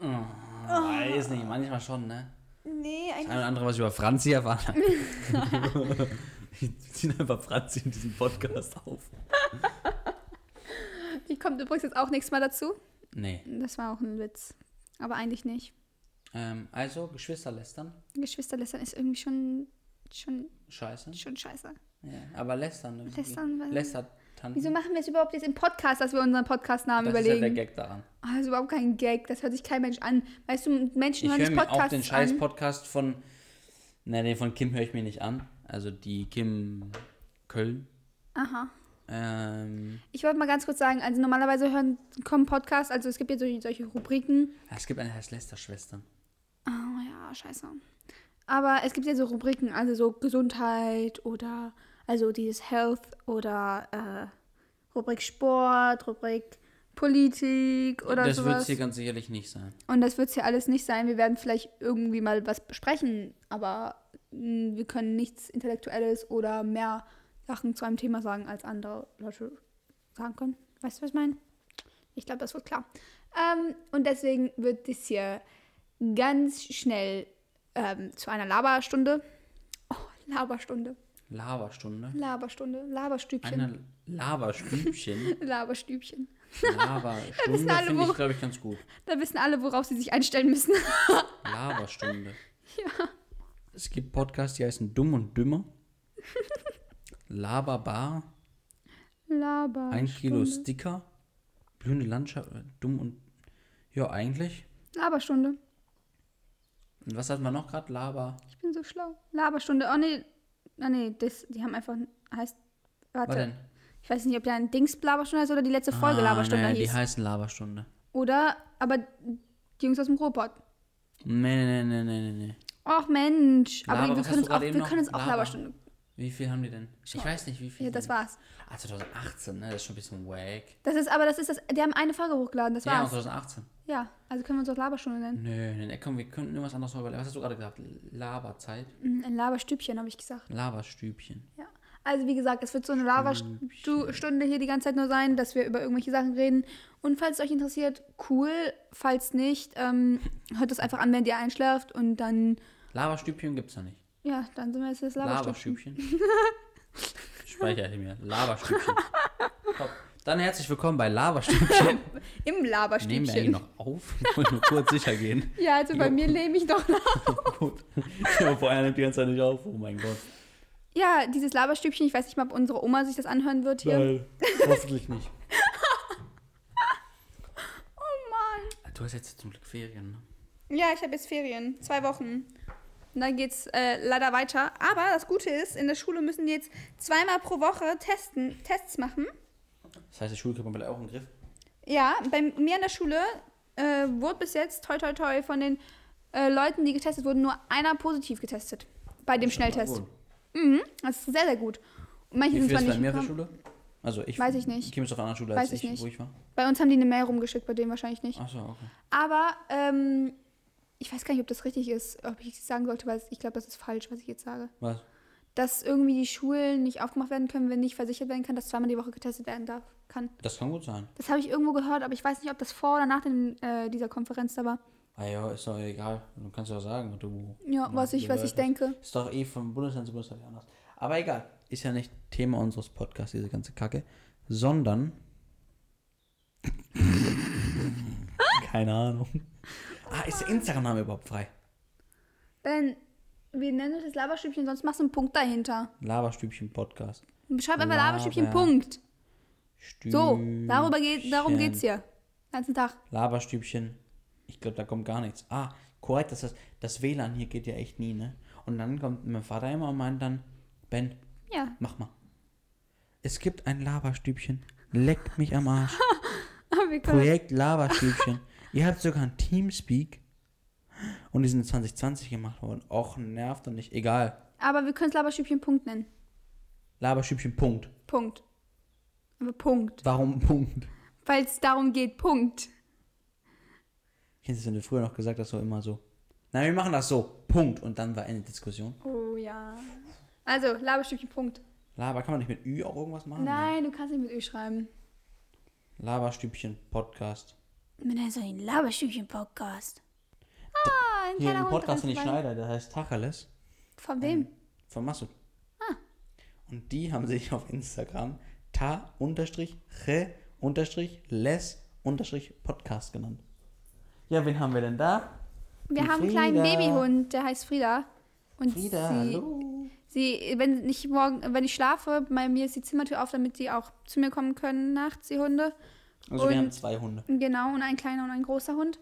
Oh. Weiß nicht, manchmal schon, ne? Nee, Ein eigentlich. oder andere, was ich über Franzi erfahren habe. Wir ziehen einfach Franzi in diesem Podcast auf. Die kommt übrigens jetzt auch nächstes Mal dazu. Nee. Das war auch ein Witz. Aber eigentlich nicht. Ähm, also, Geschwister lästern. Geschwisterlästern ist irgendwie schon, schon, Scheiße. schon scheiße. Ja. Aber lästern. irgendwie. Lästern, weil- Lästert. Tanten. Wieso machen wir es überhaupt jetzt im Podcast, dass wir unseren Podcastnamen das ist ja der überlegen? Gag daran. Oh, das ist überhaupt kein Gag. Das hört sich kein Mensch an. Weißt du, Menschen Ich hören höre sich mir Podcasts auch den scheiß an. Podcast von. Nein, den von Kim höre ich mir nicht an. Also die Kim Köln. Aha. Ähm, Ich wollte mal ganz kurz sagen, also normalerweise hören, kommen Podcasts, also es gibt ja solche, solche Rubriken. es gibt eine, die heißt Lästerschwestern. Oh ja, scheiße. Aber es gibt ja so Rubriken, also so Gesundheit oder also dieses Health oder äh, Rubrik Sport, Rubrik Politik oder Das wird sowas. es hier ganz sicherlich nicht sein. Und das wird es hier alles nicht sein. Wir werden vielleicht irgendwie mal was besprechen, aber mh, wir können nichts Intellektuelles oder mehr Sachen zu einem Thema sagen, als andere Leute sagen können. Weißt du, was ich meine? Ich glaube, das wird klar. Ähm, und deswegen wird das hier ganz schnell ähm, zu einer Laberstunde. Oh, Laberstunde. Laberstunde. Laberstunde. Laberstübchen. Eine Laberstübchen. Laberstübchen. wissen Laberstunde alle, finde ich, wo- glaube ich, ganz gut. Da wissen alle, worauf sie sich einstellen müssen. Laberstunde. ja. Es gibt Podcasts, die heißen Dumm und Dümmer. Laberbar. Laber. Ein Kilo Sticker. Blühende Landschaft. äh, Dumm und. Ja, eigentlich. Laberstunde. Und was hatten wir noch gerade? Laber. Ich bin so schlau. Laberstunde. Oh nee. Ah nee, das, die haben einfach. Heißt. Was Warte. denn? Ich weiß nicht, ob der ein Dings Laberstunde heißt oder die letzte Folge Ah, Laberstunde nee, Die hieß. heißen Laberstunde. Oder. Aber die Jungs aus dem Robot. Nee, nee, nee, nee, nee, nee. Och Mensch. Aber Laber, wir was hast du können uns auch, gerade wir eben noch? können uns auch Laber. Laberstunde. Wie viel haben die denn? Ich weiß nicht, wie viel. Ja, das die- war's. Ah, 2018, ne? Das ist schon ein bisschen wack. Das ist, aber das ist das. Die haben eine Folge hochgeladen, das Ja, war's. 2018. Ja, also können wir uns auch Laberstunde nennen. Nö, nö, nö, komm, wir könnten irgendwas anderes noch überlegen. Was hast du gerade gesagt? Laberzeit? Mhm. Ein Laberstübchen, habe ich gesagt. Laberstübchen. Ja. Also wie gesagt, es wird so eine Lava-Stunde hier die ganze Zeit nur sein, dass wir über irgendwelche Sachen reden. Und falls es euch interessiert, cool. Falls nicht, ähm, hört es einfach an, wenn ihr einschlaft und dann, Laberstübchen gibt's noch nicht. ja, dann sind wir jetzt das Lava. Laberstübchen. Speicher ich mir. Laberstübchen. Top. Dann herzlich willkommen bei Laberstübchen. Im Nehmen wir eigentlich Laberstübchen. noch auf? Ich wollte nur kurz sicher gehen. Ja, also bei Jo. mir nehme ich doch. Gut. Aber vorher nimmt die ganze Zeit nicht auf. Oh mein Gott. Ja, dieses Laberstübchen, ich weiß nicht mal, ob unsere Oma sich das anhören wird hier. Nein, hoffentlich nicht. Oh Mann. Du hast jetzt zum Glück Ferien, ne? Ja, ich habe jetzt Ferien. Zwei Wochen. Und dann geht's äh, leider weiter. Aber das Gute ist, in der Schule müssen die jetzt zweimal pro Woche testen, Tests machen. Das heißt, die Schule kriegt man vielleicht auch im Griff. Ja, bei mir in der Schule äh, wurde bis jetzt, toi toi toi, von den äh, Leuten, die getestet wurden, nur einer positiv getestet. Bei dem Schnelltest. Gut. Mhm, das ist sehr, sehr gut. Und Manche Wie sind viel ist zwar nicht bei mir auf der gekommen. Schule? Also ich. Weiß ich nicht. Kim ist auf einer anderen Schule, Weiß als ich ich, nicht. wo ich war. bei uns haben die eine Mail rumgeschickt, bei denen wahrscheinlich nicht. Achso, okay. Aber ähm, ich weiß gar nicht, ob das richtig ist, ob ich sagen sollte, weil ich glaube, das ist falsch, was ich jetzt sage. Was? Dass irgendwie die Schulen nicht aufgemacht werden können, wenn nicht versichert werden kann, dass zweimal die Woche getestet werden darf, kann. Das kann gut sein. Das habe ich irgendwo gehört, aber ich weiß nicht, ob das vor oder nach dem, äh, dieser Konferenz da war. Ah ja, ist doch egal. Du kannst ja sagen, du. Ja, was ich, was ich denke. Ist doch eh vom Bundesland zu Bundesland anders. Aber egal. Ist ja nicht Thema unseres Podcasts, diese ganze Kacke. Sondern. Keine Ahnung. Ah, ist der Instagram-Name überhaupt frei? Ben, wir nennen das jetzt Laberstübchen, sonst machst du einen Punkt dahinter. Laberstübchen Podcast. Schreib Laber. einfach Laberstübchen, Punkt. So, Stübchen. darüber geht, darum geht's hier. Ganzen Tag. Laberstübchen. Ich glaube, da kommt gar nichts. Ah, korrekt, das ist, das WLAN hier geht ja echt nie, ne? Und dann kommt mein Vater immer und meint dann, Ben, Ja, mach mal. Es gibt ein Laberstübchen. Leck mich am Arsch. aber wir können. Projekt Laberstübchen. Ihr habt sogar ein Teamspeak. Und die sind 2020 gemacht worden. Och, nervt doch nicht. Egal. Aber wir können es Laberstübchen, Punkt nennen. Laberstübchen, Punkt. Punkt. Aber Punkt. Warum Punkt? weil es darum geht. Punkt. Kennst du, wenn du früher noch gesagt hast, so immer so. Nein, wir machen das so. Punkt. Und dann war Ende Diskussion. Oh ja. Also, Laberstückchen, Punkt. Laber, kann man nicht mit Ü auch irgendwas machen? Nein, du kannst nicht mit Ü schreiben. Laberstübchen Podcast. Wir nennen so einen Laberstückchen-Podcast. Ah, ein Hier kleiner ein Hund Podcast von rennt die vorbei. Schneider, der heißt Tacheles Von wem? von Massoud. Und die haben sich auf Instagram ta-re-les-podcast genannt. Ja, wen haben wir denn da? Wir Die haben einen kleinen Äh, Frieda. Babyhund, der heißt Frieda. Und Frieda, sie, hallo. sie, wenn ich morgen, wenn ich schlafe, bei mir ist die Zimmertür auf, damit die auch zu mir kommen können nachts, die Hunde. Also wir haben Und- zwei Hunde. Genau, und ein kleiner und ein großer Hund.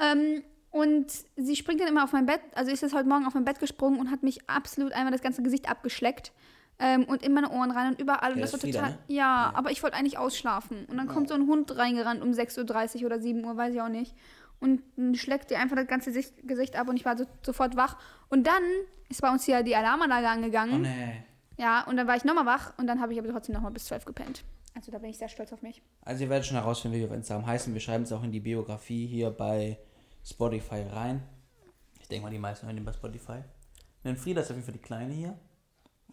Ähm, und sie springt dann immer auf mein Bett. Also ist jetzt heute Morgen auf mein Bett gesprungen und hat mich absolut einmal das ganze Gesicht abgeschleckt. Ähm, und in meine Ohren rein und überall. Und Ja, das war das ist Frieda, total. ne? Ja, aber ich wollte eigentlich ausschlafen. Und dann kommt so ein Hund reingerannt um 6.30 Uhr oder 7 Uhr, weiß ich auch nicht. Und dann schlägt ihr einfach das ganze Sich- Gesicht ab und ich war so, sofort wach. Und dann ist bei uns hier die Alarmanlage angegangen. Oh nee. Ja, und dann war ich nochmal wach und dann habe ich aber trotzdem nochmal bis 12 gepennt. Also da bin ich sehr stolz auf mich. Also ihr werdet schon herausfinden, wie wir auf Instagram heißen. Wir schreiben es auch in die Biografie hier bei Spotify rein. Ich denke mal, die meisten hören den bei Spotify. Denn Frieda ist auf jeden Fall die Kleine hier.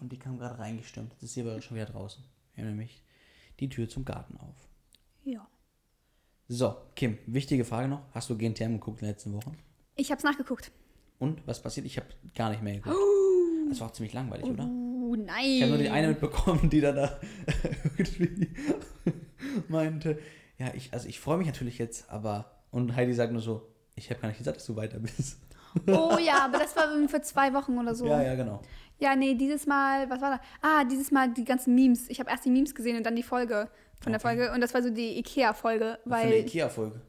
Und die kam gerade reingestürmt. Jetzt ist sie aber schon wieder draußen. Wir haben nämlich die Tür zum Garten auf. Ja. So, Kim, wichtige Frage noch. Hast du GNTM geguckt in den letzten Wochen? Ich habe es nachgeguckt. Und was passiert? Ich habe gar nicht mehr geguckt. Das war auch ziemlich langweilig, oder? Uh, nein. Ich habe nur die eine mitbekommen, die dann da irgendwie meinte, ja, ich, also ich freue mich natürlich jetzt, aber. Und Heidi sagt nur so, ich habe gar nicht gesagt, dass du weiter bist. Oh ja, aber das war irgendwie vor zwei Wochen oder so. Ja, ja, genau. Ja, nee, dieses Mal, was war da? Ah, dieses Mal die ganzen Memes. Ich habe erst die Memes gesehen und dann die Folge von der Okay. Folge. Und das war so die Ikea-Folge, Von der weil. IKEA-Folge.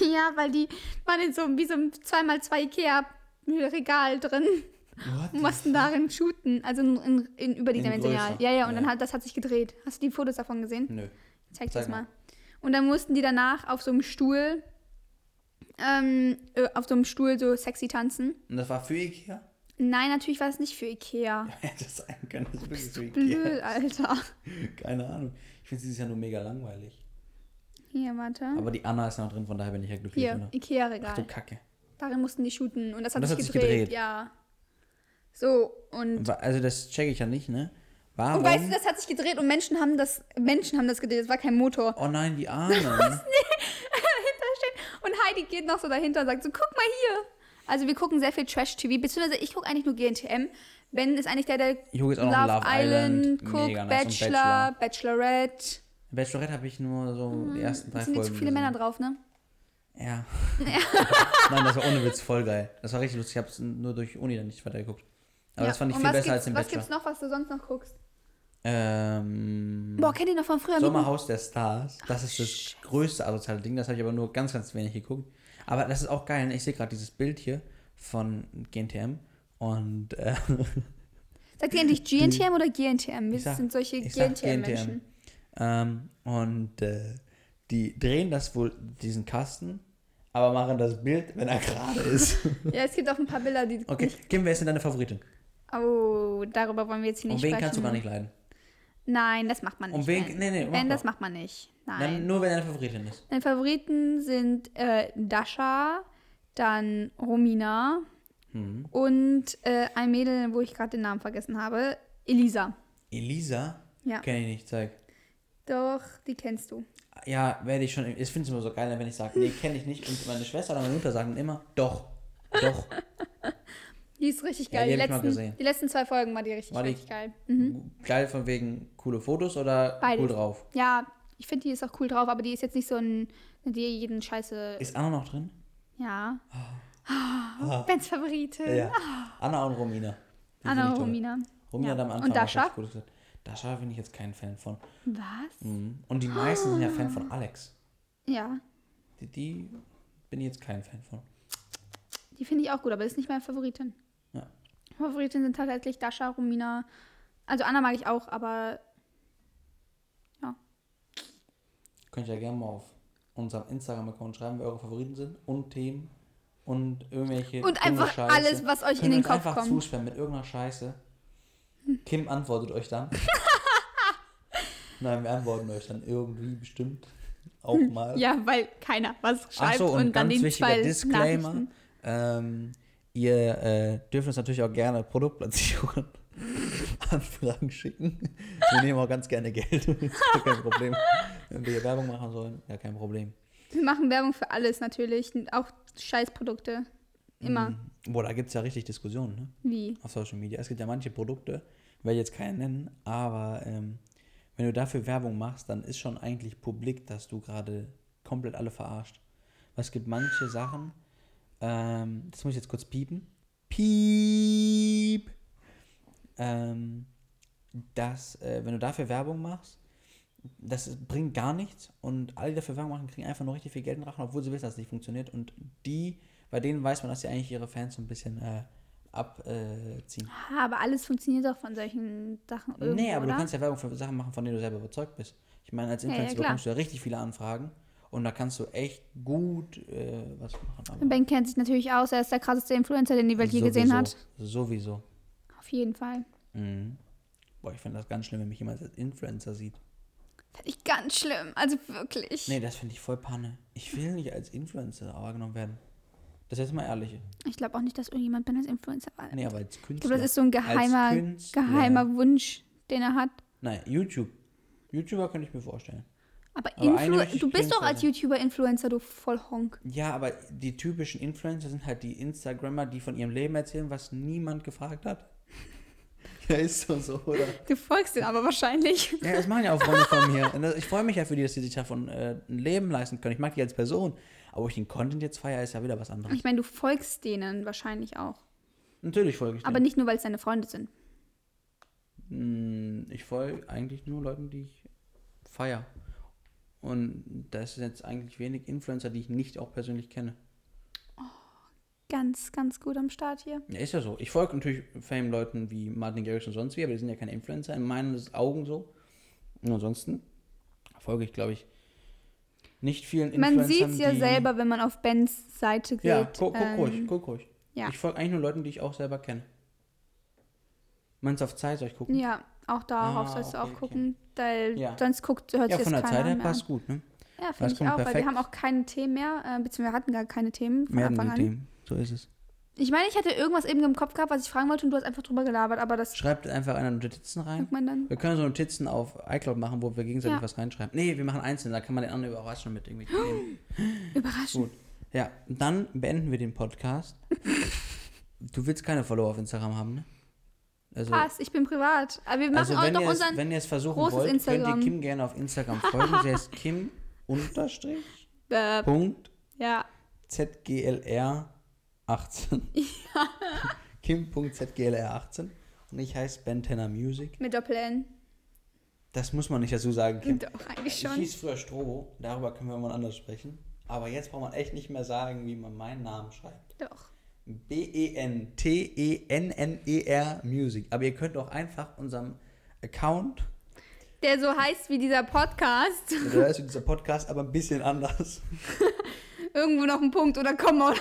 ja, weil die waren in so wie so ein 2x2 Ikea-Regal drin What? und mussten darin shooten. Also in, in, in überdimensional. größer. Ja, ja, und Ja. dann hat das hat sich gedreht. Hast du die Fotos davon gesehen? Nö. Zeig, Zeig das mal. mal. Und dann mussten die danach auf so einem Stuhl, ähm, äh, auf so einem Stuhl so sexy tanzen. Und das war für IKEA? Nein, natürlich war es nicht für Ikea. Hätte das sein können, das ist wirklich für Blöd, IKEA. Alter. Keine Ahnung. Ich finde dieses Jahr nur mega langweilig. Hier, warte. Aber die Anna ist ja noch drin, von daher bin ich ja glücklich. Hier, oder? Ach du Ikea-Regal. Kacke. Darin mussten die shooten und das hat, Und das sich, hat sich gedreht. gedreht. Ja. So, und. Wa- Also das checke ich ja nicht, ne? Warum? Und weißt du, das hat sich gedreht und Menschen haben das, Menschen haben das gedreht, das war kein Motor. oh nein, die Arme. Und Heidi geht noch so dahinter und sagt so, guck mal hier. Also wir gucken sehr viel Trash-TV, beziehungsweise ich gucke eigentlich nur GNTM. Ben ist eigentlich der, der Ich gucke jetzt auch noch Love Island. guckt, Mega nice. Und Bachelor, Bachelorette. Bachelorette habe ich nur so die ersten drei Es sind Folgen. nicht so viele Männer drauf, ne? drin. Ja. Nein, das war ohne Witz voll geil. Das war richtig lustig. Ich habe es nur durch Uni dann nicht weitergeguckt. Aber Ja. das fand ich Und viel was besser als gibt's- im Was Bachelor. gibt's noch, was du sonst noch guckst? Ähm, Boah, kennt ihr noch von früher? Sommerhaus der Stars. Das ist das größte asoziale Ding. Das habe ich aber nur ganz, ganz wenig geguckt. Aber das ist auch geil. ne? Ich sehe gerade dieses Bild hier von GNTM. Und äh, Sagt ihr eigentlich GNTM oder GNTM? Wir Ich sag- sind solche ich sag GNTM-Menschen. Ähm, und äh, die drehen das wohl, diesen Kasten, aber machen das Bild, wenn er gerade ist. Ja, es gibt auch ein paar Bilder, die. Okay, Kim, wer ist denn deine Favoritin? Oh, darüber wollen wir jetzt hier Um nicht wen sprechen. ne? kannst du gar nicht leiden? Nein, das macht man nicht. Um wen? Ben, Nee, nee, mach ben mal. das macht man nicht. Nein. Nein. Nur wenn deine Favoritin ist. Meine Favoriten sind äh, Dasha, dann Romina Hm. und äh, ein Mädel, wo ich gerade den Namen vergessen habe, Elisa. Elisa? Ja. Kenn ich nicht, zeig. Doch, die kennst du. Ja, werde ich schon. Ich finde es immer so geil, wenn ich sage, nee, kenne ich nicht. Und meine Schwester oder meine Mutter sagen immer, doch, doch. Die ist richtig Ja, geil. die die, hab ich mal letzten, gesehen. die letzten zwei Folgen war die richtig, War die- richtig geil. Mhm. Geil von wegen coole Fotos oder Beides. cool drauf. Ja, ich finde, die ist auch cool drauf, aber die ist jetzt nicht so ein, die jeden Scheiße. Ist Anna noch drin? ja. Oh, Bens Favoritin. Ja. Anna und Romina. Die find Anna ich und toll. Romina. Romina Ja. hat am Und Anfang Dasha? richtig gut gesagt. Dasha bin ich jetzt kein Fan von. Was? Mhm. Und die meisten Ah. sind ja Fan von Alex. Ja, Die, die bin ich jetzt kein Fan von. die finde ich auch gut, aber das ist nicht meine Favoritin. Ja. Favoritin sind tatsächlich Dasha, Romina. Also Anna mag ich auch, aber Könnt ihr ja gerne mal auf unserem Instagram-Account schreiben, wer eure Favoriten sind und Themen und irgendwelche Und dumme einfach Scheiße. alles, was euch in Könnt ihr den uns Kopf einfach kommt. zuspammen mit irgendeiner Scheiße. Kim antwortet euch dann. Nein, wir antworten euch dann irgendwie bestimmt. Auch mal. Ja, weil keiner was schreibt Achso, und, und, dann ganz den wichtiger zwei Disclaimer. Nachrichten. Ähm, ihr äh, dürft uns natürlich auch gerne Produktplatzierungen Anfragen schicken. Wir nehmen auch ganz gerne Geld. kein Problem. Wenn wir hier Werbung machen sollen, ja, kein Problem. Wir machen Werbung für alles natürlich, auch Scheißprodukte. Immer. Boah, da gibt es ja richtig Diskussionen, ne? Wie? Auf Social Media. Es gibt ja manche Produkte, werde ich jetzt keinen nennen, aber ähm, wenn du dafür Werbung machst, dann ist schon eigentlich publik, dass du gerade komplett alle verarscht. Weil es gibt manche Sachen, ähm, das muss ich jetzt kurz piepen. Piep! Ähm, dass, äh, wenn du dafür Werbung machst, das ist- bringt gar nichts und alle, die dafür Werbung machen, kriegen einfach nur richtig viel Geld in den Rachen, obwohl sie wissen, dass es nicht funktioniert. Und die, bei denen weiß man, dass sie eigentlich ihre Fans so ein bisschen äh, abziehen. Ah, aber alles funktioniert doch von solchen Sachen irgendwo, nee, aber oder? du kannst ja Werbung für Sachen machen, von denen du selber überzeugt bist. Ich meine, als ja, Influencer klar. bekommst du ja richtig viele Anfragen und da kannst du echt gut äh, was machen. aber ben kennt sich natürlich aus, er ist der krasseste Influencer, den die Welt je gesehen hat. Sowieso. Auf jeden Fall. Mhm. Boah, ich finde das ganz schlimm, wenn mich jemand als Influencer sieht. Finde ich ganz schlimm, also wirklich. Nee, das finde ich voll Panne. Ich will nicht als Influencer wahrgenommen werden. Das ist jetzt mal ehrlich. Ich glaube auch nicht, dass irgendjemand Ben als Influencer war. Nee, aber als ich Künstler. glaube, das ist so ein Als geheimer, Künstler. geheimer Wunsch, den er hat. Nein, YouTube. YouTuber könnte ich mir vorstellen. Aber, Aber eine Influ richtig du bist doch Künstlerin. als YouTuber Influencer, du Vollhonk. Ja, aber die typischen Influencer sind halt die Instagrammer, die von ihrem Leben erzählen, was niemand gefragt hat. Ja, ist so, so oder? Du folgst den aber wahrscheinlich. Ja, das machen ja auch Freunde von mir. Und das- Ich freue mich ja für die, dass die sich davon äh, ein Leben leisten können. Ich mag die als Person. Aber ob ich den Content jetzt feiere, ist ja wieder was anderes. Ich meine, du folgst denen wahrscheinlich auch. Natürlich folge ich Aber denen. nicht nur, weil es deine Freunde sind. Mm, Ich folge eigentlich nur Leuten, die ich feiere. Und das sind jetzt eigentlich wenig Influencer, die ich nicht auch persönlich kenne. Ganz, ganz gut am Start hier. Ja, ist ja so. Ich folge natürlich Fame-Leuten wie Martin Garrix und sonst wie, aber die sind ja keine Influencer in meinen Augen so. Und ansonsten folge ich, glaube ich, nicht vielen Man Influencern. sieht es ja die- selber, wenn man auf Bens Seite geht. Ja, guck, guck ruhig, ähm, guck ruhig. ja. Ich folge eigentlich nur Leuten, die ich auch selber kenne. Meinst du auf Zeit soll ich gucken? ja, auch darauf Ah, sollst du okay, auch okay. gucken, weil Ja. sonst guckt, hört Ja, sich von das der Zeit keiner her mehr an. passt gut, ne? Ja, Das finde ich kommt auch, weil wir perfekt. haben auch keine Themen mehr, äh, beziehungsweise wir hatten gar keine Themen von Mehr Anfang an an. dem. So ist es. Ich meine, ich hatte irgendwas eben im Kopf gehabt, was ich fragen wollte und du hast einfach drüber gelabert, aber das Schreibt einfach einer Notizen rein. merkt man dann. Wir können so Notizen auf iCloud machen, wo wir gegenseitig Ja. was reinschreiben. Nee, wir machen einzeln, da kann man den anderen überraschen mit irgendwie. Themen. Gut. Überraschend. Ja, dann beenden wir den Podcast. du willst keine Follower auf Instagram haben, ne? Also, Passt, ich bin privat. Aber wir machen also auch wenn, noch ihr es, unseren. wenn ihr es versuchen großes wollt, Instagram. könnt ihr Kim gerne auf Instagram folgen. Sie heißt Kim unterstrich Äh, Punkt ja, ZGLR 18. Kim.zglr18 und ich heiße Ben Tanner Music. mit Doppel-N. Das muss man nicht dazu sagen, Kim. Doch, eigentlich Ich schon. hieß früher Strobo, darüber können wir mal anders sprechen. Aber jetzt braucht man echt nicht mehr sagen, wie man meinen Namen schreibt. Doch. E B-E-N-T-E-N-N-E-R E Music. Aber ihr könnt auch einfach unserem Account, Der so heißt wie dieser Podcast. oder also dieser Podcast, aber ein bisschen anders. Irgendwo noch ein Punkt oder Komma oder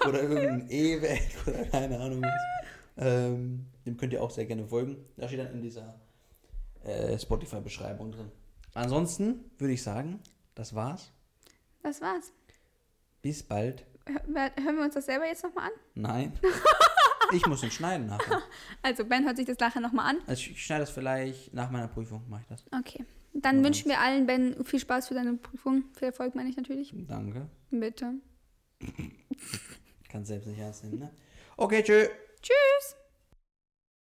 so. Oder irgendein E weg oder keine Ahnung was. Ähm, dem könnt ihr auch sehr gerne folgen. Da steht dann in dieser äh, Spotify-Beschreibung drin. Ansonsten würde ich sagen, das war's. Das war's. Bis bald. Hör- Hören wir uns das selber jetzt nochmal an? Nein. Ich muss ihn schneiden nachher. Also, Ben hört sich das nachher nochmal an. Also ich schneide das vielleicht nach meiner Prüfung, mache ich das. Okay. Dann wünschen wir allen Ben viel Spaß für deine Prüfung. Viel Erfolg, meine ich natürlich. Danke. Bitte. Ich kann es selbst nicht ernst nehmen, ne? Okay, tschüss. Tschüss.